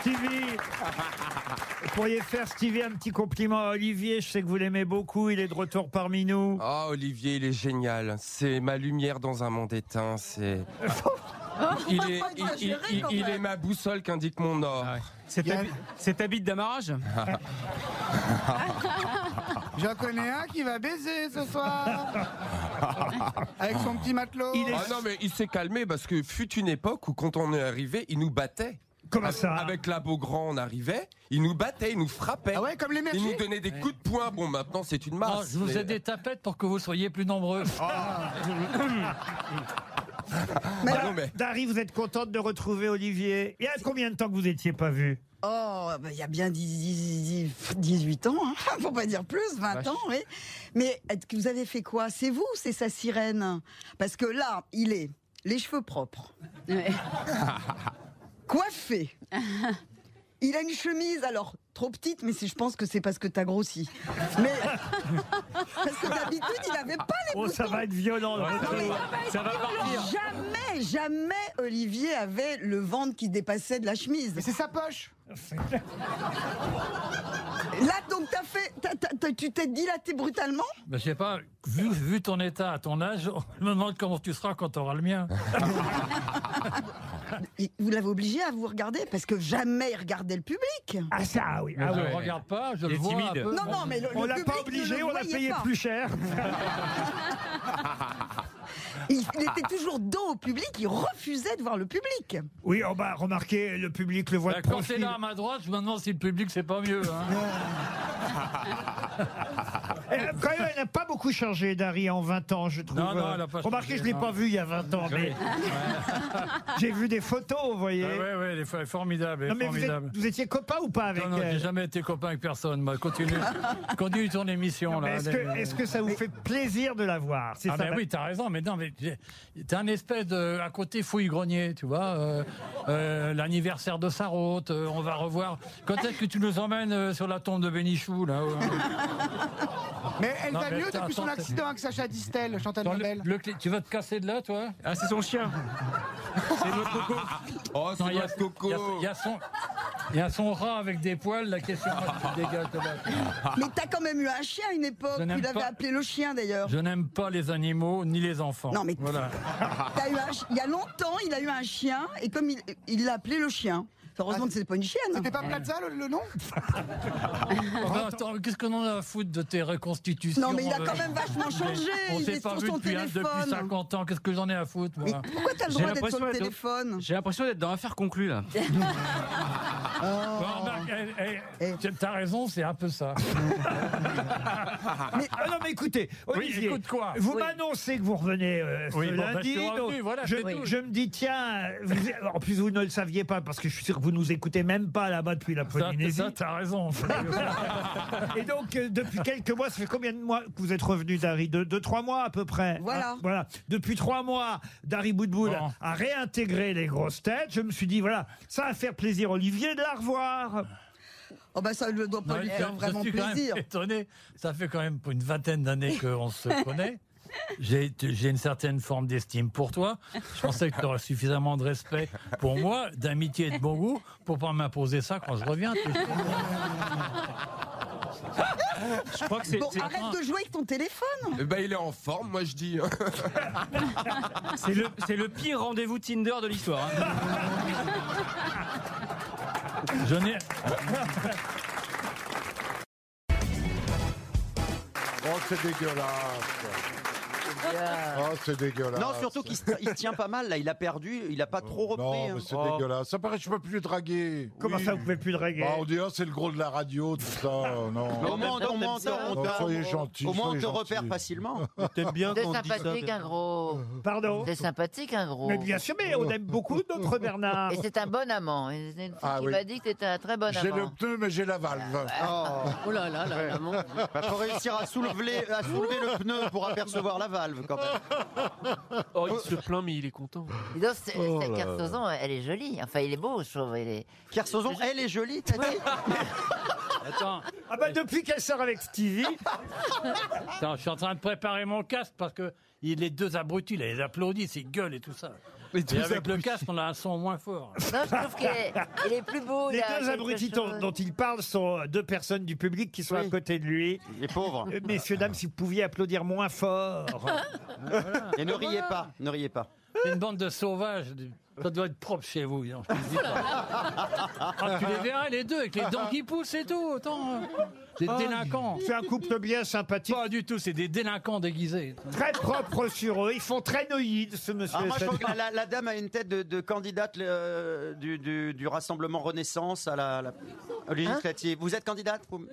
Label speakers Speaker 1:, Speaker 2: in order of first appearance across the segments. Speaker 1: Stevie Vous pourriez faire, Stevie, un petit compliment à Olivier. Je sais que vous l'aimez beaucoup. Il est de retour parmi nous.
Speaker 2: Ah, Olivier, il est génial. C'est ma lumière dans un monde éteint. C'est. Il est, il, il- il- il est ma boussole qu'indique mon or.
Speaker 3: C'est ta, bi- c'est ta bite d'amarrage
Speaker 4: J'en connais un qui va baiser ce soir. Avec son petit matelot.
Speaker 1: Il est-
Speaker 2: Ah non, mais il s'est calmé parce que fut une époque où, quand on est arrivé, il nous battait.
Speaker 1: Comment ça
Speaker 2: Avec la Beaugrand, on arrivait, il nous battait, il nous frappait.
Speaker 4: Ah ouais, comme les
Speaker 2: il
Speaker 4: merchés
Speaker 2: nous donnait des coups de poing. Bon, maintenant, c'est une
Speaker 5: Ah,
Speaker 2: masse.
Speaker 5: je vous
Speaker 2: mais-
Speaker 5: ai des tapettes pour que vous soyez plus nombreux.
Speaker 2: Ah non, mais.
Speaker 1: Dari, vous êtes contente de retrouver Olivier. Il y a combien de temps que vous n'étiez pas vu
Speaker 6: Oh, bah, il y a bien 10, 18 ans, hein, faut pas dire plus, 20 ans, oui. Mais est-ce que vous avez fait quoi C'est vous, ou c'est sa sirène Parce que là, il est les cheveux propres, coiffé. Il a une chemise, alors trop petite, mais c'est- je pense que c'est parce que t'as grossi. Mais parce que d'habitude, il n'avait pas les
Speaker 1: Oh, ça
Speaker 6: boutons.
Speaker 1: va être violent. là.
Speaker 6: Ah non, mais-
Speaker 3: Ça va partir
Speaker 6: Jamais, jamais Olivier avait le ventre qui dépassait de la chemise.
Speaker 4: Mais c'est sa poche.
Speaker 6: Là, donc, t'as fait, t'as- t'as- t'as- tu t'es dilaté brutalement
Speaker 5: Ben, je sais pas, vu, vu ton état à ton âge, je me demande comment tu seras quand tu auras le mien.
Speaker 6: Et Vous l'avez obligé à vous regarder parce que jamais il regardait le public.
Speaker 1: Ah ça, oui. Ah,
Speaker 5: je
Speaker 1: oui.
Speaker 5: ne regarde pas, je
Speaker 3: Il
Speaker 5: le
Speaker 3: est
Speaker 5: vois un
Speaker 3: timide.
Speaker 5: peu.
Speaker 6: Non, non, mais le,
Speaker 1: On
Speaker 6: le
Speaker 1: l'a
Speaker 6: public
Speaker 1: pas
Speaker 6: ne
Speaker 1: obligé,
Speaker 6: le
Speaker 1: on l'a
Speaker 6: voyait
Speaker 1: payé
Speaker 6: pas.
Speaker 1: plus cher.
Speaker 6: Il, il était toujours dos au public, il refusait de voir le public.
Speaker 1: Oui, on va remarquer, le public le voit
Speaker 5: Ben,
Speaker 1: de
Speaker 5: Quand c'est
Speaker 1: profil.
Speaker 5: là à ma droite, je me demande si le public, c'est pas mieux. hein.
Speaker 1: Elle, quand même, elle n'a pas beaucoup changé, Dari, en 20 ans, je trouve.
Speaker 5: Non, non,
Speaker 1: Euh,
Speaker 5: elle a pas
Speaker 1: Remarquez,
Speaker 5: changé,
Speaker 1: je ne l'ai
Speaker 5: non.
Speaker 1: pas vu il y a 20 ans, mais j'ai vu des photos, vous voyez.
Speaker 5: Ah ouais, ouais, elle est fa- formidable, elle est
Speaker 1: Non, mais vous, êtes-
Speaker 5: formidable.
Speaker 1: vous étiez copain ou pas avec
Speaker 5: Non, non, j'ai
Speaker 1: elle
Speaker 5: jamais été copain avec personne. moi. Continue, continue ton émission.
Speaker 1: Mais
Speaker 5: là.
Speaker 1: Est-ce que, est-ce que ça vous fait plaisir de la voir C'est
Speaker 5: Ah
Speaker 1: ça
Speaker 5: ben
Speaker 1: ma-
Speaker 5: oui, t'as raison, mais non, mais j'ai- t'as un espèce de à côté fouille grenier, tu vois. euh, euh, L'anniversaire de Sarraute, euh, on va revoir. Quand est-ce que tu nous emmènes euh, sur la tombe de Bénichou là euh,
Speaker 4: Mais elle
Speaker 5: Non,
Speaker 4: va
Speaker 5: mais
Speaker 4: mieux
Speaker 5: attends,
Speaker 4: depuis son
Speaker 5: attends,
Speaker 4: accident avec Sacha Distel, Chantal
Speaker 5: dans le-
Speaker 4: Nobel.
Speaker 5: le clé- Tu vas te casser de là, toi
Speaker 3: Ah, c'est son chien. C'est notre coco.
Speaker 2: Oh, c'est
Speaker 5: Non,
Speaker 2: notre
Speaker 5: il y
Speaker 2: coco.
Speaker 5: a- il y a son. Il y a son rat avec des poils, la question qui dégage de là.
Speaker 6: Mais t'as quand même eu un chien à une époque,
Speaker 5: Ah. Je n'aime
Speaker 6: tu l'avais
Speaker 5: pas-
Speaker 6: appelé le chien d'ailleurs.
Speaker 5: Je n'aime pas les animaux ni les enfants.
Speaker 6: Non, mais-
Speaker 5: Voilà.
Speaker 6: T'as eu un chi- Il y a longtemps, il a eu un chien et comme il il l'a appelé le chien. Heureusement que c'était pas une chienne.
Speaker 4: C'était pas Plaza le, le nom
Speaker 6: Ah,
Speaker 5: Oh, ben, attends, mais qu'est-ce qu'on en a à foutre de tes reconstitutions
Speaker 6: Non mais il a
Speaker 5: euh,
Speaker 6: quand même vachement changé.
Speaker 5: On
Speaker 6: Il
Speaker 5: s'est
Speaker 6: est
Speaker 5: pas
Speaker 6: sur
Speaker 5: vu
Speaker 6: son
Speaker 5: depuis, hein, depuis
Speaker 6: téléphone.
Speaker 5: 50 ans. Qu'est-ce que j'en ai à foutre, moi
Speaker 6: Mais pourquoi t'as le
Speaker 3: J'ai
Speaker 6: droit d'être sur
Speaker 3: l'impression
Speaker 6: le
Speaker 3: d'être-
Speaker 6: téléphone
Speaker 3: J'ai l'impression d'être dans affaire conclue là.
Speaker 5: Bon, remarque, eh, eh,
Speaker 6: Ah. Eh.
Speaker 5: tu- T'as raison, c'est un peu ça.
Speaker 1: Ah non, mais écoutez, Olivier,
Speaker 5: écoute quoi
Speaker 1: vous
Speaker 5: Oui.
Speaker 1: m'annoncez que vous revenez euh, ce
Speaker 5: Oui, bon, bah,
Speaker 1: lundi.
Speaker 5: je suis revenu,
Speaker 1: donc
Speaker 5: voilà,
Speaker 1: je,
Speaker 5: c'est tout.
Speaker 1: je me dis, tiens, vous- en plus vous ne le saviez pas, parce que je suis sûr que vous nous écoutez même pas là-bas depuis la
Speaker 5: Ça,
Speaker 1: Polynésie.
Speaker 5: ça, t'as raison.
Speaker 1: Et donc, euh, depuis quelques mois, ça fait combien de mois que vous êtes revenu, Dari de, de trois mois à peu près.
Speaker 6: Voilà.
Speaker 1: Ah, voilà. Depuis trois mois, Dari Boudboul
Speaker 5: Bon.
Speaker 1: a réintégré les grosses têtes. Je me suis dit, voilà, ça va faire plaisir Olivier de la revoir.
Speaker 6: Oh bah ça ne doit pas
Speaker 5: Non,
Speaker 6: lui
Speaker 5: je-
Speaker 6: faire vraiment
Speaker 5: je suis quand
Speaker 6: plaisir.
Speaker 5: Même étonné. Ça fait quand même pour une vingtaine d'années qu'on se connaît. J'ai j'ai une certaine forme d'estime pour toi. Je pensais que tu aurais suffisamment de respect pour moi, d'amitié et de bon goût pour pas m'imposer ça quand je reviens. tu sais.
Speaker 3: Je crois que c'est
Speaker 6: Bon,
Speaker 3: c'est-
Speaker 6: arrête de jouer avec ton téléphone.
Speaker 2: Eh ben, il est en forme, moi je dis.
Speaker 3: c'est le, c'est le pire rendez-vous Tinder de l'histoire. hein.
Speaker 1: Ah,
Speaker 5: Je n'ai-
Speaker 7: Oh, c'est dégueulasse. Oh, c'est dégueulasse. Euh,
Speaker 8: Non, surtout qu'il se, il se tient pas mal, là. Il a perdu, il a pas trop repris.
Speaker 7: Non,
Speaker 8: hein.
Speaker 7: mais c'est
Speaker 8: Oh.
Speaker 7: dégueulasse. Ça paraît que je peux plus le draguer.
Speaker 1: Comment
Speaker 7: Oui.
Speaker 1: ça, vous pouvez plus draguer Ah.
Speaker 7: Bah, on dit, oh, c'est le gros de la radio, tout ça. Euh, non.
Speaker 8: Au moins, on- au moins, on te- on
Speaker 7: Non,
Speaker 8: te-
Speaker 7: soyez gentils,
Speaker 8: au moins, on
Speaker 7: soyez
Speaker 8: te
Speaker 7: gentils.
Speaker 8: repère facilement.
Speaker 9: C'est sympathique un gros.
Speaker 1: Euh, Pardon
Speaker 9: C'est sympathique un gros.
Speaker 1: Mais bien sûr, mais on aime beaucoup notre Bernard.
Speaker 9: Et c'est un bon amant. Et C'est une fille
Speaker 7: Ah
Speaker 9: qui
Speaker 7: oui.
Speaker 9: m'a dit que t'étais un très bon
Speaker 7: J'ai le
Speaker 9: amant.
Speaker 7: pneu, mais j'ai la valve.
Speaker 9: Oh là là là là, mon Dieu.
Speaker 8: Bah, Faut réussir à soulever, à soulever le pneu pour apercevoir la valve, quand même.
Speaker 3: Oh, il se plaint, mais il est content.
Speaker 9: Dis donc, c'est-
Speaker 8: Oh
Speaker 9: cette Kersozon, elle est jolie. Enfin, il est beau, je trouve. Il est...
Speaker 8: Kersozon, elle est jolie, t'as dit
Speaker 3: Attends,
Speaker 1: Ah bah depuis qu'elle sort avec Stevie,
Speaker 5: Attends, je suis en train de préparer mon casque parce que il- les deux abrutis, là, ils applaudissent, ils gueulent et tout ça.
Speaker 8: Les
Speaker 5: Et,
Speaker 8: deux
Speaker 5: avec le
Speaker 8: abrutis.
Speaker 5: casque, on a un son moins fort.
Speaker 9: Non, je trouve qu'il est, il est plus beau. il
Speaker 1: Les
Speaker 9: y a
Speaker 1: deux
Speaker 9: quelque
Speaker 1: abrutis
Speaker 9: chose.
Speaker 1: dont, dont il parle sont deux personnes du public qui sont à côté de lui.
Speaker 8: Les pauvres.
Speaker 1: Euh, Messieurs, dames, si vous pouviez applaudir moins fort.
Speaker 8: Oh. Et ne riez pas, ne riez pas.
Speaker 5: C'est une bande de sauvages. du- Ça doit être propre chez vous. non, je te le dis pas. Ah, tu les verras les deux avec les dents qui poussent et tout. Autant des délinquants.
Speaker 1: Ah, C'est Oh, un couple bien sympathique.
Speaker 5: Pas du tout, c'est des délinquants déguisés.
Speaker 1: Très propre sur eux. Ils font très noïdes, ce monsieur.
Speaker 8: Alors Ah, moi, je trouve
Speaker 1: Sadi.
Speaker 8: que la, la- la dame a une tête de, de candidate euh, du, du- du Rassemblement Renaissance à la, la- aux législatives. vous êtes candidate vous-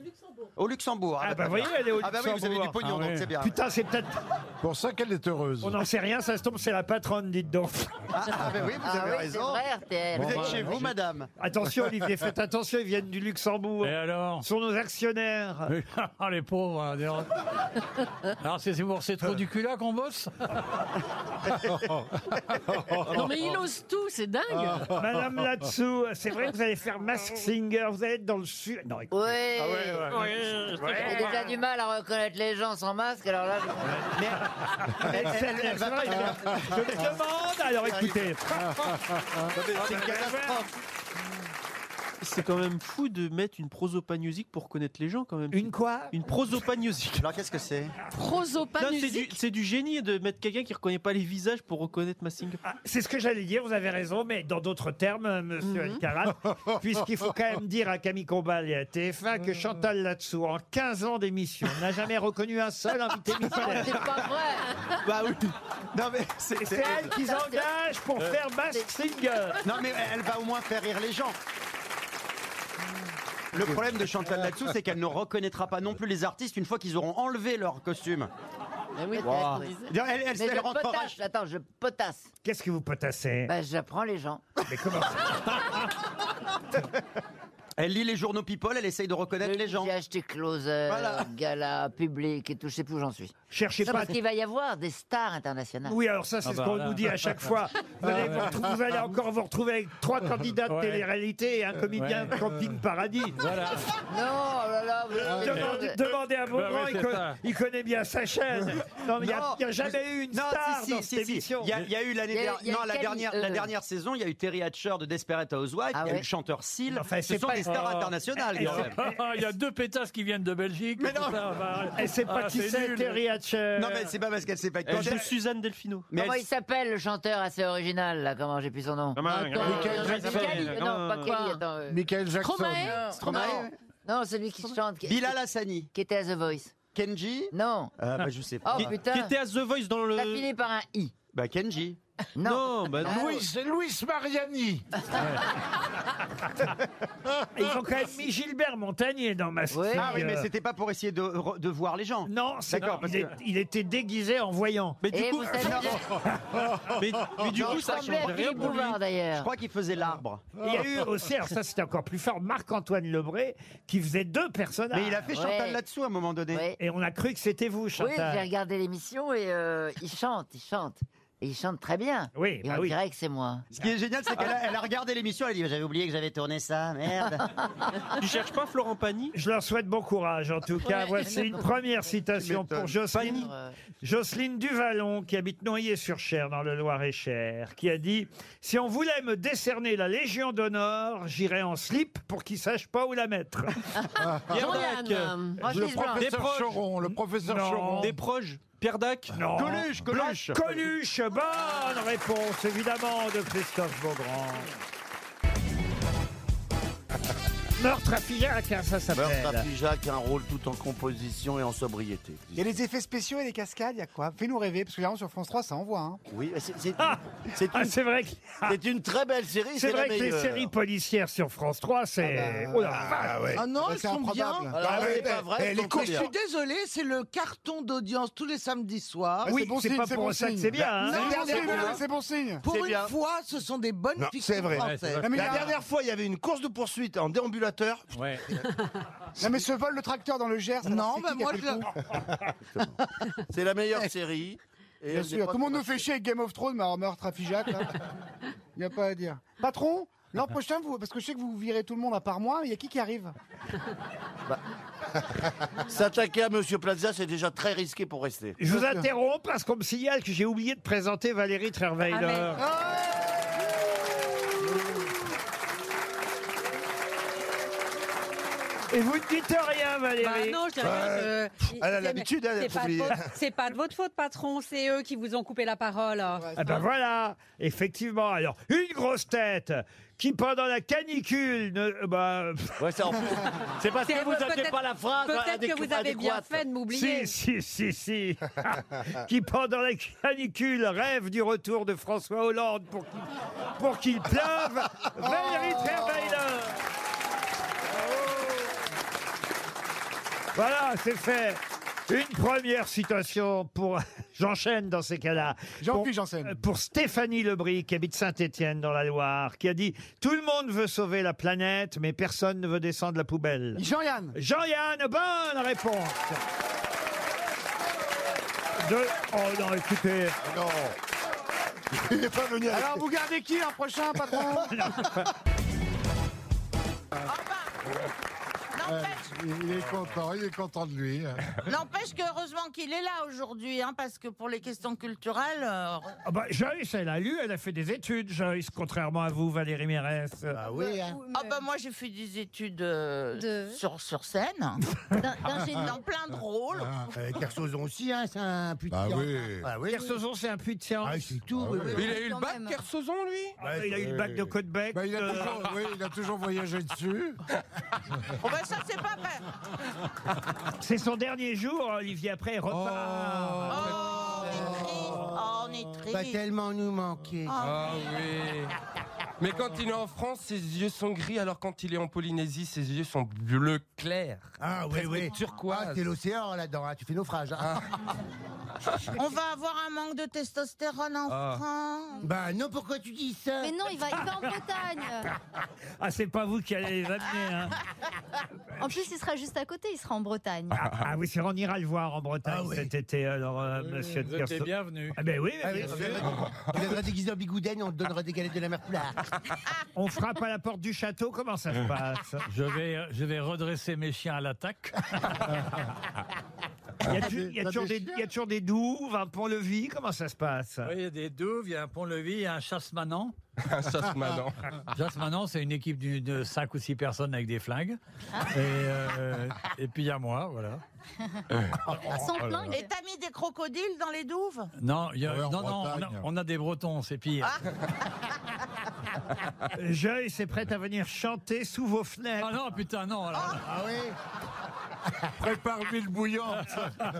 Speaker 8: Au Luxembourg.
Speaker 1: Hein Ah, bah,
Speaker 8: très
Speaker 1: voyez,
Speaker 8: bien.
Speaker 1: elle est au
Speaker 8: Ah bah oui, vous avez du
Speaker 1: Luxembourg.
Speaker 8: pognon,
Speaker 5: Ah
Speaker 8: donc
Speaker 5: ouais.
Speaker 8: c'est bien.
Speaker 1: Putain, c'est peut-être.
Speaker 7: Pour ça qu'elle est heureuse.
Speaker 1: On n'en sait rien, ça se tombe, c'est la patronne, dites donc.
Speaker 8: Ah, ah bah oui, vous
Speaker 9: Ah
Speaker 8: avez
Speaker 9: oui, c'est
Speaker 8: raison.
Speaker 9: vrai, RTL.
Speaker 8: Vous êtes chez vous, madame.
Speaker 1: Attention, Olivier, faites attention, ils viennent du Luxembourg.
Speaker 5: Et alors
Speaker 1: Ce sont nos actionnaires.
Speaker 5: Ah, les pauvres. hein, des- Alors, c'est c'est pour ces trous du cul là qu'on bosse
Speaker 1: Oh.
Speaker 10: Non, mais il ose tout, c'est dingue.
Speaker 7: Ah.
Speaker 1: Madame Latsou, c'est vrai que vous allez faire Mask Singer, vous allez être dans le sud. Non, Ah écoute,
Speaker 9: Oui.
Speaker 8: Ah
Speaker 5: Oui.
Speaker 9: J'ai déjà du mal à reconnaître les gens sans masque, alors là.
Speaker 8: Elle- elle- elle- elle
Speaker 1: c'est
Speaker 8: va
Speaker 1: vrai
Speaker 8: pas-
Speaker 1: que je me demande. Alors écoutez,
Speaker 8: C'est une catastrophe.
Speaker 10: C'est quand même fou de mettre une prosopa music pour connaître les gens quand même.
Speaker 1: une quoi
Speaker 10: Une prosopa music.
Speaker 8: Alors qu'est-ce que c'est
Speaker 10: Là, Prosopa
Speaker 11: music.
Speaker 10: C'est du génie de mettre quelqu'un qui reconnaît pas les visages pour reconnaître ma single.
Speaker 1: Ah, C'est ce que j'allais dire, vous avez raison, mais dans d'autres termes, euh, monsieur
Speaker 9: Mhm.
Speaker 1: Alcarat, puisqu'il faut quand même dire à Camille Combal et à TF1
Speaker 9: Mhm.
Speaker 1: que Chantal Latsou, en 15 ans d'émission, n'a jamais reconnu un seul invité mystère.
Speaker 9: Ah, C'est pas vrai.
Speaker 8: Bah oui. Non mais c'est- Euh.
Speaker 1: Et C'est elle qu'ils engagent pour faire Mask Singer.
Speaker 8: Non mais elle va au moins faire rire les gens. Le problème de Chantal Latsou, c'est qu'elle ne reconnaîtra pas non plus les artistes une fois qu'ils auront enlevé leur costume.
Speaker 9: Mais oui,
Speaker 8: Wow.
Speaker 9: c'est vrai qu'on disait.
Speaker 8: Elle, elle, elle,
Speaker 9: Mais
Speaker 8: elle
Speaker 9: je
Speaker 8: rentrera-
Speaker 9: potasse, attends, je potasse.
Speaker 1: Qu'est-ce que vous potassez
Speaker 9: Bah, j'apprends les gens.
Speaker 1: Mais comment ça
Speaker 8: elle lit les journaux People, elle essaye de reconnaître les gens.
Speaker 9: J'ai acheté Closer,
Speaker 8: Voilà.
Speaker 9: euh, Gala, Public et tout, je sais plus où j'en suis.
Speaker 1: Cherchez
Speaker 9: Non,
Speaker 1: pas.
Speaker 9: parce qu'il va y avoir des stars internationales.
Speaker 1: Oui, alors
Speaker 5: Ah
Speaker 1: ça, c'est
Speaker 5: bah
Speaker 1: ce qu'on nous dit à chaque fois. Vous allez, vous retrouver- vous allez encore vous retrouver avec trois candidats de
Speaker 5: Ouais.
Speaker 1: télé-réalité et un comédien de Camping Paradis.
Speaker 5: Voilà. Bah
Speaker 9: Non, oh là là, vous-
Speaker 1: Ah, Demandez, demandez à Beaugrand,
Speaker 5: ouais,
Speaker 1: il,
Speaker 5: c'est
Speaker 1: conna-
Speaker 5: ça.
Speaker 1: il connaît bien sa chaîne. Non, mais il n'y a,
Speaker 8: Non,
Speaker 1: il y a jamais eu une
Speaker 8: Non,
Speaker 1: star
Speaker 8: si, si,
Speaker 1: dans
Speaker 8: si,
Speaker 1: cette
Speaker 8: si.
Speaker 1: émission.
Speaker 8: Il y a, il y a eu l'année
Speaker 9: Il y a-
Speaker 8: dernière,
Speaker 9: il y a
Speaker 8: non, la
Speaker 9: Cali-
Speaker 8: dernière, la
Speaker 9: euh.
Speaker 8: dernière saison, il y a eu Terry Hatcher de Desperate Housewives,
Speaker 9: Ah
Speaker 8: il y a eu
Speaker 9: ouais.
Speaker 8: le chanteur Seal.
Speaker 1: Enfin,
Speaker 8: Ce
Speaker 1: c'est
Speaker 8: sont
Speaker 1: pas-
Speaker 8: des stars
Speaker 5: Ah.
Speaker 8: internationales.
Speaker 1: Eh,
Speaker 8: quand
Speaker 1: eh,
Speaker 8: même.
Speaker 5: Il y a deux pétasses qui viennent de Belgique.
Speaker 8: Mais
Speaker 5: tout
Speaker 8: non.
Speaker 5: ça, bah,
Speaker 1: Elle sait pas
Speaker 5: ah,
Speaker 1: qui c'est,
Speaker 5: nul.
Speaker 1: Terry Hatcher.
Speaker 8: Non mais c'est pas parce qu'elle sait pas qui
Speaker 10: Elle
Speaker 8: c'est.
Speaker 10: joue Suzanne Delfino.
Speaker 8: Mais
Speaker 9: Comment
Speaker 8: elle-
Speaker 9: il s'appelle le chanteur assez original là Comment j'ai plus son nom Kelly, euh, Non, pas Kelly, attends. euh,
Speaker 7: Michael Jackson.
Speaker 10: Stromae
Speaker 9: Non, non, celui qui chante, qui,
Speaker 8: Bilal Hassani,
Speaker 9: qui était à The Voice.
Speaker 8: Kenji.
Speaker 9: Non.
Speaker 8: Euh, bah, je sais
Speaker 9: Oh
Speaker 8: pas. Qui-
Speaker 9: putain,
Speaker 10: Qui était à The Voice dans le.
Speaker 9: ça finit par un I.
Speaker 8: Bah Kenji.
Speaker 9: Non. Ah,
Speaker 10: Non, bah non.
Speaker 12: Ah
Speaker 8: Ah
Speaker 7: Louis, c'est Louis Mariani.
Speaker 1: Ils ont quand même mis Gilbert Montagnier dans ma euh.
Speaker 9: Ouais.
Speaker 8: Ah oui, mais c'était pas pour essayer de, re- de voir les gens.
Speaker 1: Non, c'est
Speaker 8: D'accord,
Speaker 1: il,
Speaker 8: parce
Speaker 1: est- il était déguisé en voyant.
Speaker 10: Mais du
Speaker 9: Et
Speaker 10: coup,
Speaker 9: vous savez,
Speaker 10: mais, mais du coup,
Speaker 9: il
Speaker 10: ça
Speaker 9: ressemblait
Speaker 10: change
Speaker 9: à
Speaker 10: rien
Speaker 9: Philippe
Speaker 10: pour lui.
Speaker 9: Bouvard
Speaker 8: Je
Speaker 9: d'ailleurs.
Speaker 8: crois qu'il faisait l'arbre.
Speaker 1: Il y a eu aussi, alors ça c'était encore plus fort, Marc-Antoine Lebré qui faisait deux personnages.
Speaker 8: Mais il a fait Chantal
Speaker 9: Ouais.
Speaker 8: là-dessous à un moment donné.
Speaker 9: Ouais.
Speaker 1: Et on a cru que c'était vous,
Speaker 9: Oui, j'ai
Speaker 1: Chantal.
Speaker 9: regardé l'émission et euh, il chante, il chante. Et il chante très bien.
Speaker 1: Oui,
Speaker 9: Et
Speaker 1: bah
Speaker 9: on
Speaker 1: oui.
Speaker 9: dirait que c'est moi.
Speaker 8: Ce qui est génial, c'est qu'elle a, elle a regardé l'émission, elle a dit J'avais oublié que j'avais tourné ça, merde.
Speaker 10: Tu cherches pas Florent Pagny
Speaker 1: Je leur souhaite bon courage, en tout cas.
Speaker 10: Ouais.
Speaker 1: Voici une première citation
Speaker 7: Tu m'étonnes.
Speaker 1: pour Jocelyne,
Speaker 9: Euh,
Speaker 1: Jocelyne Duvalon, qui habite Noyer-sur-Cher, dans le Loir-et-Cher, qui a dit « Si on voulait me décerner la Légion d'honneur, j'irais en slip pour qu'ils sachent pas où la mettre.
Speaker 10: Pierre Jean-Yann. Dac. euh,
Speaker 7: Le
Speaker 9: Francis Blanc.
Speaker 10: Des
Speaker 7: professeur
Speaker 10: proches.
Speaker 7: Choron. Le professeur Choron.
Speaker 10: Des proches. Pierre Dac. »
Speaker 1: Non.
Speaker 8: Coluche, Coluche.
Speaker 1: Hein Coluche, bonne réponse, évidemment, de Christophe Beaugrand. Meurtre à Figeac, hein, ça s'appelle.
Speaker 8: Jacques a un rôle tout en composition et en sobriété.
Speaker 4: Il y a les effets spéciaux et les cascades, il y a quoi Fais-nous rêver, parce que là, sur France 3, ça envoie. Hein.
Speaker 8: Oui, bah, c'est- c'est
Speaker 1: Ah,
Speaker 8: c'est
Speaker 1: Ah, c'est vrai que...
Speaker 8: c'est une très belle série,
Speaker 1: C'est vrai que les séries policières sur France 3,
Speaker 4: Euh,
Speaker 1: c'est. Oh la vache.
Speaker 11: Ah non,
Speaker 4: Bah,
Speaker 11: elles
Speaker 4: c'est
Speaker 11: sont
Speaker 4: improbable.
Speaker 11: bien.
Speaker 8: Alors,
Speaker 7: Ah,
Speaker 8: c'est
Speaker 7: mais-
Speaker 8: pas vrai,
Speaker 7: eh,
Speaker 8: elles
Speaker 7: les
Speaker 8: sont très
Speaker 11: Je
Speaker 7: costumes.
Speaker 11: suis désolé, c'est le carton d'audience tous les samedis soirs.
Speaker 4: Ah,
Speaker 1: Oui,
Speaker 4: c'est bon
Speaker 1: c'est
Speaker 4: signe,
Speaker 1: pas
Speaker 4: c'est
Speaker 1: pour
Speaker 4: bon
Speaker 1: ça que
Speaker 4: signe.
Speaker 1: c'est bien. hein.
Speaker 11: Non,
Speaker 4: La
Speaker 11: c'est
Speaker 4: dernière
Speaker 11: bien.
Speaker 4: fois, C'est bon signe.
Speaker 11: Pour
Speaker 8: c'est
Speaker 11: une
Speaker 8: bien.
Speaker 11: fois, ce sont des bonnes
Speaker 7: Non,
Speaker 11: fictions
Speaker 7: c'est vrai.
Speaker 5: Ouais, c'est
Speaker 11: françaises.
Speaker 5: vrai.
Speaker 4: Non mais,
Speaker 11: La
Speaker 4: la-
Speaker 11: dernière fois, il y avait une course de poursuite en déambulateur.
Speaker 5: Ouais.
Speaker 4: non, mais ce vol de tracteur dans le Gers, alors
Speaker 11: Non,
Speaker 4: c'est
Speaker 11: bah,
Speaker 4: qui qui a
Speaker 11: moi,
Speaker 4: fait le
Speaker 11: je la-
Speaker 4: coup
Speaker 8: C'est la meilleure série.
Speaker 4: Bien sûr, tout le monde nous fait chier avec Game of Thrones, mais alors meurtre à Figeac, là, il n'y a pas à dire.
Speaker 10: Ah,
Speaker 4: Patron, l'an prochain, vous, parce que je sais que vous virez tout le monde à part moi, il y a qui qui arrive
Speaker 12: Bah. S'attaquer à Monsieur Plaza, c'est déjà très risqué pour rester.
Speaker 1: Je vous interromps parce qu'on me signale que j'ai oublié de présenter Valérie Trierweiler.
Speaker 13: Ah,
Speaker 10: Ah.
Speaker 1: Et vous ne dites rien,
Speaker 13: Bah
Speaker 1: Valérie.
Speaker 13: non, je dis rien.
Speaker 1: Ouais.
Speaker 13: je-
Speaker 1: Elle a
Speaker 13: c'est-
Speaker 1: l'habitude, hein, elle,
Speaker 13: c'est pas de
Speaker 1: d'oublier.
Speaker 13: votre- C'est pas de votre faute, patron. C'est eux qui vous ont coupé la parole.
Speaker 1: Ah ben voilà, effectivement. Alors, une grosse tête qui, pendant la canicule, ne... Bah...
Speaker 12: C'est parce
Speaker 13: C'est que vous vous- aviez peut-être- pas la phrase peut-être adéqu- que vous avez bien adéquate. fait de m'oublier.
Speaker 1: Si, si, si, si. qui, pendant la canicule, rêve du retour de François Hollande pour qu'il, pour qu'il pleuve. Valérie Trierweiler. Voilà, c'est fait. Une première citation pour. J'enchaîne dans ces cas-là. Pour- euh, Pour Stéphanie Lebris, qui habite Saint-Étienne dans la Loire, qui a dit Tout le monde veut sauver la planète, mais personne ne veut descendre la poubelle. Jean-Yann. Jean-Yann, bonne réponse. De... Oh non, écoutez. Non. Il n'est pas venu
Speaker 4: Alors, vous gardez qui l'an prochain, patron
Speaker 7: Eh, Il est content, il est content de lui. hein.
Speaker 14: N'empêche que heureusement qu'il est là aujourd'hui, hein, parce que pour les questions culturelles. euh,
Speaker 1: Ah bah, Joyce, elle a lu, elle a fait des études, Joyce, contrairement à vous, Valérie Mérès. Ah
Speaker 14: Ah bah moi j'ai fait des études euh, sur, sur scène. Dans plein de rôles.
Speaker 15: Ah. Kersozon Euh, aussi, hein, c'est un putain.
Speaker 14: Bah oui.
Speaker 1: Kersozon, c'est un puits de science.
Speaker 15: Ah, c'est tout. oui, Ah, oui.
Speaker 2: Il a eu le bac, Kersozon, lui
Speaker 1: Ah, bah, il a eu le bac de Côte-Bec.
Speaker 7: Bah, il, a
Speaker 1: euh,
Speaker 7: toujours, oui, il a toujours voyagé dessus.
Speaker 14: Oh bah ça c'est pas vrai.
Speaker 1: C'est son dernier jour, Olivier, après, il repart.
Speaker 14: Oh, on est triste. Oh.
Speaker 15: Va tellement nous manquer.
Speaker 2: Ah oui. Mais quand il est en France, ses yeux sont gris, alors quand il est en Polynésie, ses yeux sont bleu clair.
Speaker 15: Ah oui,
Speaker 2: Presque
Speaker 15: oui.
Speaker 2: turquoise.
Speaker 15: Ah, t'es l'océan là-dedans, hein, tu fais naufrage. hein.
Speaker 14: On va avoir un manque de testostérone en
Speaker 15: Ah.
Speaker 14: France.
Speaker 15: bah non, pourquoi tu dis ça
Speaker 14: Mais non, il va- il va en
Speaker 16: Bretagne.
Speaker 1: Ah, c'est pas vous qui allez les amener, hein.
Speaker 16: En plus, il sera juste à côté, il sera en Bretagne.
Speaker 1: Ah, ah oui, c'est on ira le voir en Bretagne cet été, alors, euh, monsieur
Speaker 5: vous êtes les
Speaker 1: Kersozon.
Speaker 5: bienvenus.
Speaker 1: Ah ben oui,
Speaker 15: Ah
Speaker 1: bien
Speaker 15: oui,
Speaker 1: sûr.
Speaker 15: Tu viendras déguisé en bigoudaine, on te donnera des galettes de la mer Poulard.
Speaker 1: On frappe à la porte du château, comment ça se passe
Speaker 5: Je vais, je vais redresser mes chiens à l'attaque. Ah,
Speaker 1: Il y a tu- il y a
Speaker 5: T'as
Speaker 1: toujours
Speaker 5: des
Speaker 1: des- il y a toujours des douves, un pont-levis, comment ça se passe
Speaker 5: Oui, il y a des douves, il y a un pont-levis, il y a un chasse-manant.
Speaker 2: Un chasse-manant.
Speaker 5: chasse-manant, c'est une équipe d'une- de 5 ou 6 personnes avec des flingues.
Speaker 1: Ah.
Speaker 5: Et, euh, et puis il y a moi, voilà.
Speaker 1: Ah,
Speaker 14: Sans
Speaker 5: Oh là
Speaker 14: plainte.
Speaker 5: là.
Speaker 14: Et t'as mis des crocodiles dans les douves Ah.
Speaker 5: Non, il y a-
Speaker 14: Ouais, en
Speaker 5: non, non, on a,
Speaker 14: Bretagne.
Speaker 5: on a des Bretons, c'est
Speaker 1: Ah.
Speaker 5: pire.
Speaker 1: Joyce s'est prête à venir chanter sous vos fenêtres.
Speaker 5: Ah non, putain, non. alors.
Speaker 12: Ah,
Speaker 1: Prépare l'huile bouillante.
Speaker 12: ah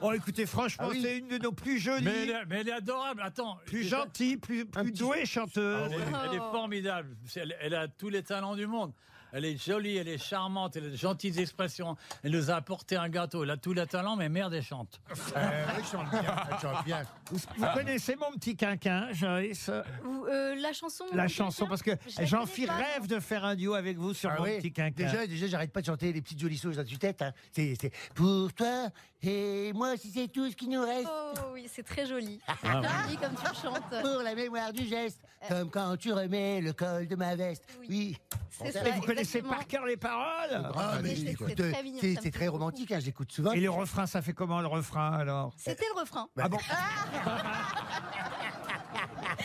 Speaker 1: oh, écoutez, franchement,
Speaker 5: Ah oui.
Speaker 1: c'est une de nos plus jolies.
Speaker 5: Mais elle, est- mais elle est adorable, attends.
Speaker 1: Plus
Speaker 5: je-
Speaker 1: gentille, plus, plus douée
Speaker 12: Ah
Speaker 1: chanteuse.
Speaker 5: Ah, Elle, est- elle
Speaker 16: Oh.
Speaker 5: est formidable. C'est- Elle, elle a tous les talents du monde. Elle est jolie, elle est charmante, elle a de gentilles expressions. Elle nous a apporté un gâteau. Elle a tous les talents, mais merde, elle chante.
Speaker 15: elle Euh, chante bien, elle
Speaker 12: Ah,
Speaker 15: chante bien.
Speaker 1: Vous,
Speaker 5: Ah.
Speaker 1: vous connaissez mon petit quinquin, Joyce
Speaker 16: Ou, euh, la chanson.
Speaker 1: La chanson, parce que
Speaker 16: Je la
Speaker 1: jean
Speaker 16: connais
Speaker 1: phil
Speaker 16: pas, non.
Speaker 1: rêve de faire un duo avec vous sur
Speaker 15: Ah
Speaker 1: mon
Speaker 15: oui.
Speaker 1: petit quinquin.
Speaker 15: Déjà, déjà j'arrête pas de chanter les petites jolies choses à tu tête. Hein. C'est c'est pour toi et moi si c'est tout ce qui nous reste.
Speaker 16: Oh oui, c'est très joli. C'est
Speaker 15: Ah,
Speaker 16: très joli comme tu le chantes.
Speaker 15: Pour la mémoire du geste, comme quand tu remets le col de ma veste. Oui.
Speaker 16: C'est ça, Et vous connaissez exactement. par
Speaker 1: cœur les paroles
Speaker 15: Ah, mais
Speaker 16: C'est- c'est-
Speaker 15: écoute,
Speaker 16: c'est très mignon,
Speaker 15: c'est-
Speaker 16: ça me
Speaker 15: C'est
Speaker 16: touche
Speaker 15: très romantique, hein, j'écoute souvent. Bah,
Speaker 1: Et le refrain, ça fait comment le refrain alors
Speaker 16: C'était le refrain.
Speaker 1: Ah bah. bon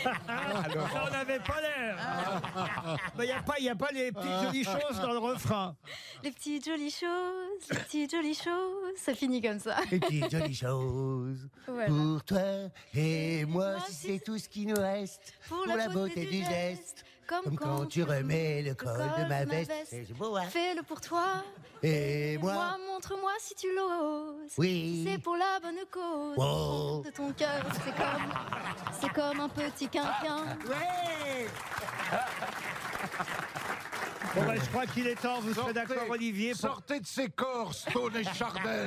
Speaker 1: Ça, On n'avait pas l'air.
Speaker 16: Ah.
Speaker 1: Bah, Il n'y a, pas- y a pas les
Speaker 15: Ah.
Speaker 1: petites jolies choses dans le refrain.
Speaker 16: Les petites jolies choses, les petites jolies choses. Ça finit comme ça.
Speaker 15: Les petites jolies choses
Speaker 16: Voilà.
Speaker 15: pour toi et moi si c'est tout ce qui nous reste pour la beauté du geste comme quand tu remets le col de ma veste Et c'est beau, hein
Speaker 16: Fais-le pour toi.
Speaker 15: et moi
Speaker 16: Moi, montre-moi si tu l'oses.
Speaker 15: Oui. Oh.
Speaker 16: C'est pour la bonne cause.
Speaker 15: Wow.
Speaker 16: De ton cœur, c'est comme, c'est comme un petit quinquin.
Speaker 15: Ouais.
Speaker 1: Bon, bah, je crois qu'il est temps, vous serez d'accord, Olivier. pour-
Speaker 7: Sortez de ces corps, Stone et Chardin.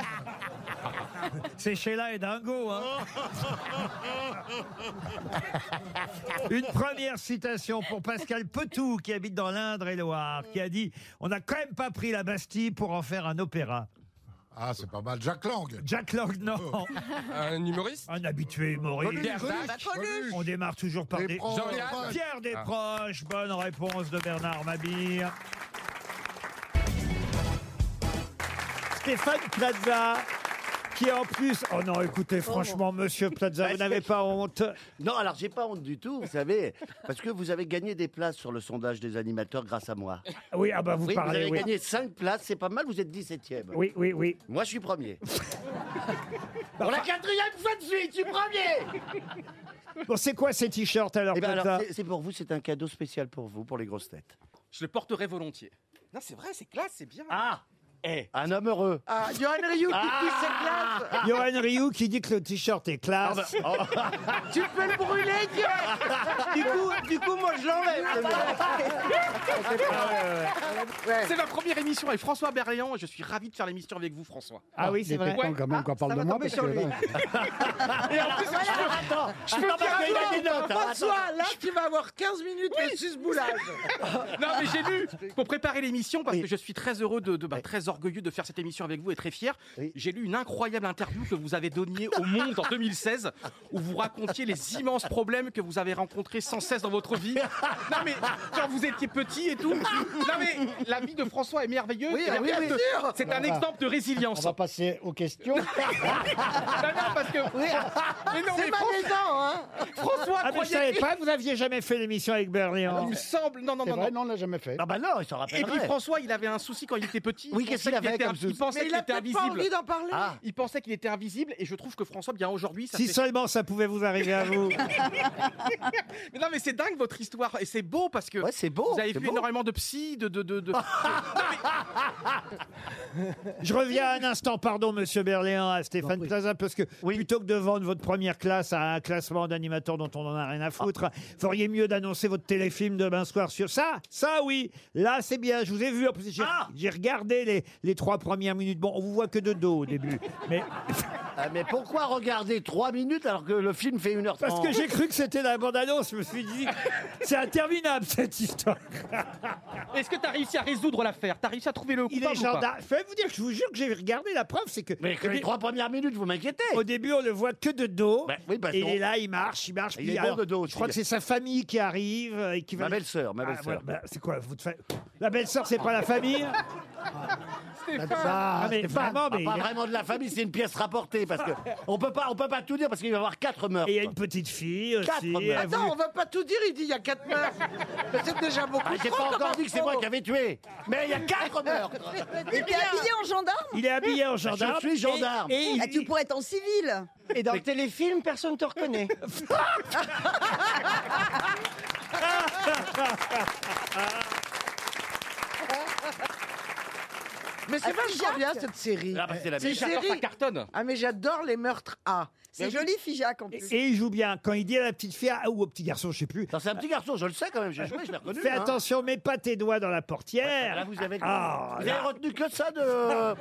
Speaker 1: C'est Sheila et Dingo. hein. Une première citation pour Pascal Petou, qui habite dans l'Indre-et-Loire, qui a dit On n'a quand même pas pris la Bastille pour en faire un opéra.
Speaker 7: Ah, c'est pas mal. Jack Lang. Oh.
Speaker 1: Jack Lang, non.
Speaker 2: Un humoriste
Speaker 1: Un habitué humoriste.
Speaker 2: Coluche. Pierre Dac. Bah, Coluche.
Speaker 1: On démarre toujours par des.
Speaker 2: Desproges. Jean-Yann.
Speaker 1: Pierre Desproges. Bonne réponse de Bernard Mabir. Stéphane Plaza. Qui en plus, oh non, écoutez, franchement, Monsieur Plaza, vous n'avez pas honte
Speaker 12: Non, alors j'ai pas honte du tout, vous savez, parce que vous avez gagné des places sur le sondage des animateurs grâce à moi.
Speaker 1: Oui, ah bah, vous parlez,
Speaker 12: Vous avez
Speaker 1: oui.
Speaker 12: gagné 5 places, c'est pas mal, vous êtes 17e.
Speaker 1: Oui, oui, oui.
Speaker 12: Moi, je suis premier. Pour la quatrième fois de suite, je suis premier
Speaker 1: Bon, c'est quoi ces t-shirts alors,
Speaker 12: Eh ben,
Speaker 1: Plaza
Speaker 12: alors, c'est- C'est pour vous, c'est un cadeau spécial pour vous, pour les grosses têtes.
Speaker 10: Je le porterai volontiers. Non, c'est vrai, c'est classe, c'est bien.
Speaker 12: Ah
Speaker 1: Eh.
Speaker 12: Un homme heureux.
Speaker 10: Ah, Johan Rioux qui pousse ses classes
Speaker 1: Ah, Johan Rioux qui dit que le t-shirt est
Speaker 12: Ah,
Speaker 1: classe.
Speaker 12: bah, oh.
Speaker 10: Tu peux le brûler, Dieu
Speaker 11: Du coup, du coup, moi je
Speaker 15: Ah,
Speaker 11: l'enlève.
Speaker 10: Ah,
Speaker 11: le mien.
Speaker 10: C'est ma première émission avec François Berléand et je suis ravi de faire l'émission avec vous, François.
Speaker 17: Ah oui, c'est vrai.
Speaker 10: Ouais.
Speaker 17: quand même qu'on parle de moi. Parce que, là,
Speaker 10: Et en plus,
Speaker 11: Voilà, attends,
Speaker 10: je peux
Speaker 11: attends,
Speaker 10: dire
Speaker 11: François,
Speaker 10: un mot.
Speaker 12: hein,
Speaker 11: François, là tu vas avoir 15 minutes de susboulage.
Speaker 10: non mais j'ai lu pour préparer l'émission parce que je suis très heureux de, de- bah, très orgueilleux de faire cette émission avec vous et très fier. J'ai lu une incroyable interview que vous avez donnée au Monde en 2016 où vous racontiez les immenses problèmes que vous avez rencontrés sans cesse dans votre vie. Non mais quand vous étiez petit et tout. Non mais la vie de François est merveilleuse.
Speaker 17: Oui,
Speaker 10: et
Speaker 17: ah oui,
Speaker 10: merveilleuse.
Speaker 17: bien sûr.
Speaker 10: C'est
Speaker 17: On
Speaker 10: un
Speaker 17: va-
Speaker 10: exemple de
Speaker 17: on
Speaker 10: résilience.
Speaker 17: va passer aux questions.
Speaker 10: Non, non, parce que. Mais non, mais François-
Speaker 12: hein.
Speaker 10: François
Speaker 1: ah, mais je
Speaker 10: croyait
Speaker 1: savais
Speaker 10: que-
Speaker 1: pas que vous aviez jamais fait l'émission avec Berléand.
Speaker 10: Il me semble. Non, non, non, non.
Speaker 17: l'a jamais fait.
Speaker 12: Ah bah non, il s'en
Speaker 10: Et puis François, il avait un souci quand il était petit.
Speaker 12: Oui,
Speaker 10: Il
Speaker 12: qu'est-ce
Speaker 10: pensait
Speaker 12: qu'il avait
Speaker 10: était-
Speaker 12: comme
Speaker 10: Il
Speaker 12: souci
Speaker 10: pensait
Speaker 12: Mais il
Speaker 10: qu'il
Speaker 12: a
Speaker 10: était
Speaker 12: peut-être pas
Speaker 10: invisible.
Speaker 12: envie d'en parler. Ah.
Speaker 10: Il pensait qu'il était invisible et je trouve que François, bien aujourd'hui, ça
Speaker 1: Si
Speaker 10: fait-
Speaker 1: seulement ça pouvait vous arriver à vous.
Speaker 10: mais non, mais c'est dingue votre histoire et c'est beau parce que.
Speaker 12: c'est beau.
Speaker 10: Vous avez
Speaker 1: c'est
Speaker 10: vu
Speaker 1: beau.
Speaker 10: énormément de psy, de de de. de-
Speaker 1: Je reviens un instant, pardon, monsieur Berléand, à Stéphane Plaza, parce que plutôt que de vendre votre première classe à un classement d'animateurs dont on n'en a rien à
Speaker 12: Ah.
Speaker 1: foutre, feriez mieux d'annoncer votre téléfilm demain soir sur ça. Ça, oui. Là, c'est bien. Je vous ai vu. En plus, j'ai
Speaker 12: Ah.
Speaker 1: j'ai regardé les, les trois premières minutes. Bon, on vous voit que de dos au début. Mais
Speaker 12: Ah, mais pourquoi regarder 3 minutes alors que le film fait 1h30
Speaker 1: parce que j'ai cru que c'était la bande-annonce, je me suis dit, c'est interminable cette histoire.
Speaker 10: Est-ce que t'as réussi à résoudre l'affaire T'as réussi à trouver le
Speaker 1: Il
Speaker 10: coupable
Speaker 1: est
Speaker 10: ou pas
Speaker 1: gendarme. Je vais vous dire, je vous jure que j'ai regardé la preuve, c'est que.
Speaker 12: Mais que les trois premières minutes, vous m'inquiétez. Ben
Speaker 1: Au début, on le voit que de dos.
Speaker 12: oui, parce
Speaker 1: et
Speaker 12: qu'on-
Speaker 1: il est là, il marche, il marche.
Speaker 12: Eh Il
Speaker 1: puis
Speaker 12: est bon de dos
Speaker 1: Je crois
Speaker 12: aussi.
Speaker 1: que c'est sa famille qui arrive euh, et qui va.
Speaker 12: Ma belle-sœur, ma
Speaker 1: Ah,
Speaker 12: belle-sœur.
Speaker 1: voilà, bah, c'est quoi votre fa- La belle-sœur, c'est pas la famille
Speaker 10: Stéphane.
Speaker 1: Ah, mais
Speaker 12: Stéphane,
Speaker 1: vraiment, mais
Speaker 12: pas
Speaker 1: il est-
Speaker 12: vraiment de la famille, c'est une pièce rapportée parce que on peut pas, on peut pas tout dire parce qu'il va y avoir quatre meurtres.
Speaker 1: Et il y a une petite fille aussi.
Speaker 12: Quatre meurtres.
Speaker 1: elle
Speaker 11: Attends,
Speaker 1: voulait-
Speaker 11: on va pas tout dire, il dit il y a 4 meurtres. Mais c'est déjà beaucoup.
Speaker 12: Ah, j'ai
Speaker 11: trop
Speaker 12: pas
Speaker 11: comme
Speaker 12: encore dit que c'est moi
Speaker 11: info.
Speaker 12: qui avais tué, mais il y a quatre meurtres.
Speaker 6: Il est habillé en gendarme
Speaker 1: Il est habillé en gendarme.
Speaker 12: Je suis gendarme.
Speaker 1: Et, et il-
Speaker 6: Ah, tu pourrais être en civil
Speaker 12: Et dans le
Speaker 11: téléfilm, personne ne te reconnaît.
Speaker 6: Ah,
Speaker 11: Mais
Speaker 6: Ah,
Speaker 11: c'est vachement bien cette série.
Speaker 10: Ah, bah, c'est la
Speaker 11: Ces
Speaker 10: vie. J'adore, ça
Speaker 11: séries-
Speaker 10: cartonne.
Speaker 11: Ah mais j'adore les meurtres A.
Speaker 6: C'est joli, Figeac, en plus.
Speaker 1: et il joue bien. Quand il dit à la petite fille ah, ou au petit garçon, je sais plus.
Speaker 12: Non, c'est un petit garçon, je le sais quand même, j'ai joué, je l'ai reconnu.
Speaker 1: Fais
Speaker 12: hein. Bah,
Speaker 1: attention, mets pas tes doigts dans la portière.
Speaker 12: Là, vous avez,
Speaker 1: Ah,
Speaker 12: vous
Speaker 1: là.
Speaker 12: avez retenu que ça de.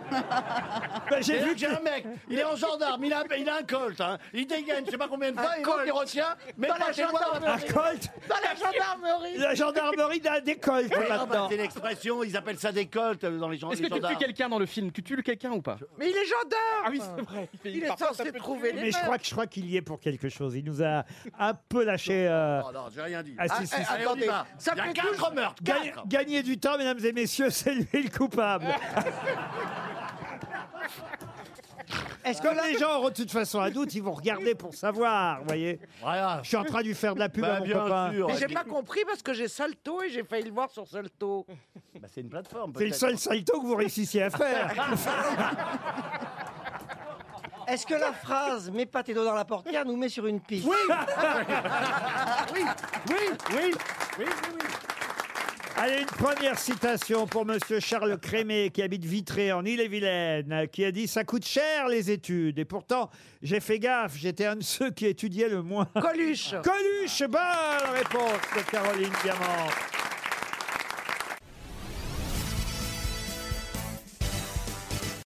Speaker 1: Bah, j'ai
Speaker 12: C'est-à-dire que
Speaker 1: vu
Speaker 12: Euh. j'ai
Speaker 1: que-
Speaker 12: un mec, il est en gendarme, il a, il a un colt, hein. il dégaine, je sais pas combien de
Speaker 11: Un
Speaker 12: fois, et l'autre
Speaker 11: Colt.
Speaker 12: il retient, mais
Speaker 11: Dans
Speaker 12: pas
Speaker 11: la
Speaker 12: tes doigts dans la-
Speaker 1: Un colt
Speaker 11: Dans la gendarmerie.
Speaker 1: La gendarmerie d'un décolle
Speaker 12: Oui, ah, bah,
Speaker 1: maintenant.
Speaker 12: c'est l'expression, ils appellent ça des colts euh, dans les gens.
Speaker 10: Est-ce
Speaker 12: les
Speaker 10: que tu tues
Speaker 12: gendarmes.
Speaker 10: quelqu'un dans le film Tu tues quelqu'un ou pas
Speaker 11: Mais il est gendarme.
Speaker 10: Ah oui, c'est vrai.
Speaker 11: Il est
Speaker 10: parfois,
Speaker 11: censé
Speaker 10: ça peut
Speaker 11: trouver
Speaker 10: tuer.
Speaker 11: les
Speaker 1: Mais je crois que je crois qu'il y est pour quelque chose. Il nous a un peu lâché. euh,
Speaker 12: Oh non, j'ai rien dit.
Speaker 1: Ah, si, si,
Speaker 12: eh,
Speaker 1: si.
Speaker 12: allez, on y
Speaker 11: Attendez,
Speaker 12: va.
Speaker 11: ça
Speaker 12: Il y a
Speaker 11: fait
Speaker 12: quatre
Speaker 11: douze-
Speaker 12: meurtres,
Speaker 1: Gagne-
Speaker 12: quatre.
Speaker 1: Gagner du temps, mesdames et messieurs, c'est lui le coupable. Est-ce que Ah, les gens auront de toute façon un doute, ils vont regarder pour savoir, vous voyez
Speaker 12: Voilà.
Speaker 1: Je suis en train de lui faire de la pub
Speaker 12: Bah,
Speaker 1: à mon
Speaker 12: bien
Speaker 1: copain.
Speaker 12: sûr.
Speaker 11: Mais j'ai pas compris parce que j'ai Salto et j'ai failli le voir sur Salto.
Speaker 12: Bah, c'est une plateforme.
Speaker 1: C'est le
Speaker 12: peut-être.
Speaker 1: seul salto que vous réussissiez à faire.
Speaker 18: Est-ce que la phrase Mets pas tes doigts dans la portière nous met sur une piste Oui
Speaker 11: Oui, oui, oui.
Speaker 1: Allez, une première citation pour Monsieur Charles Crémé, qui habite Vitré, en Ille-et-Vilaine, qui a dit « Ça coûte cher, les études. Et pourtant, j'ai fait gaffe. J'étais un de ceux qui étudiaient le moins. »
Speaker 11: Coluche.
Speaker 1: Coluche, bonne réponse de Caroline Diamant.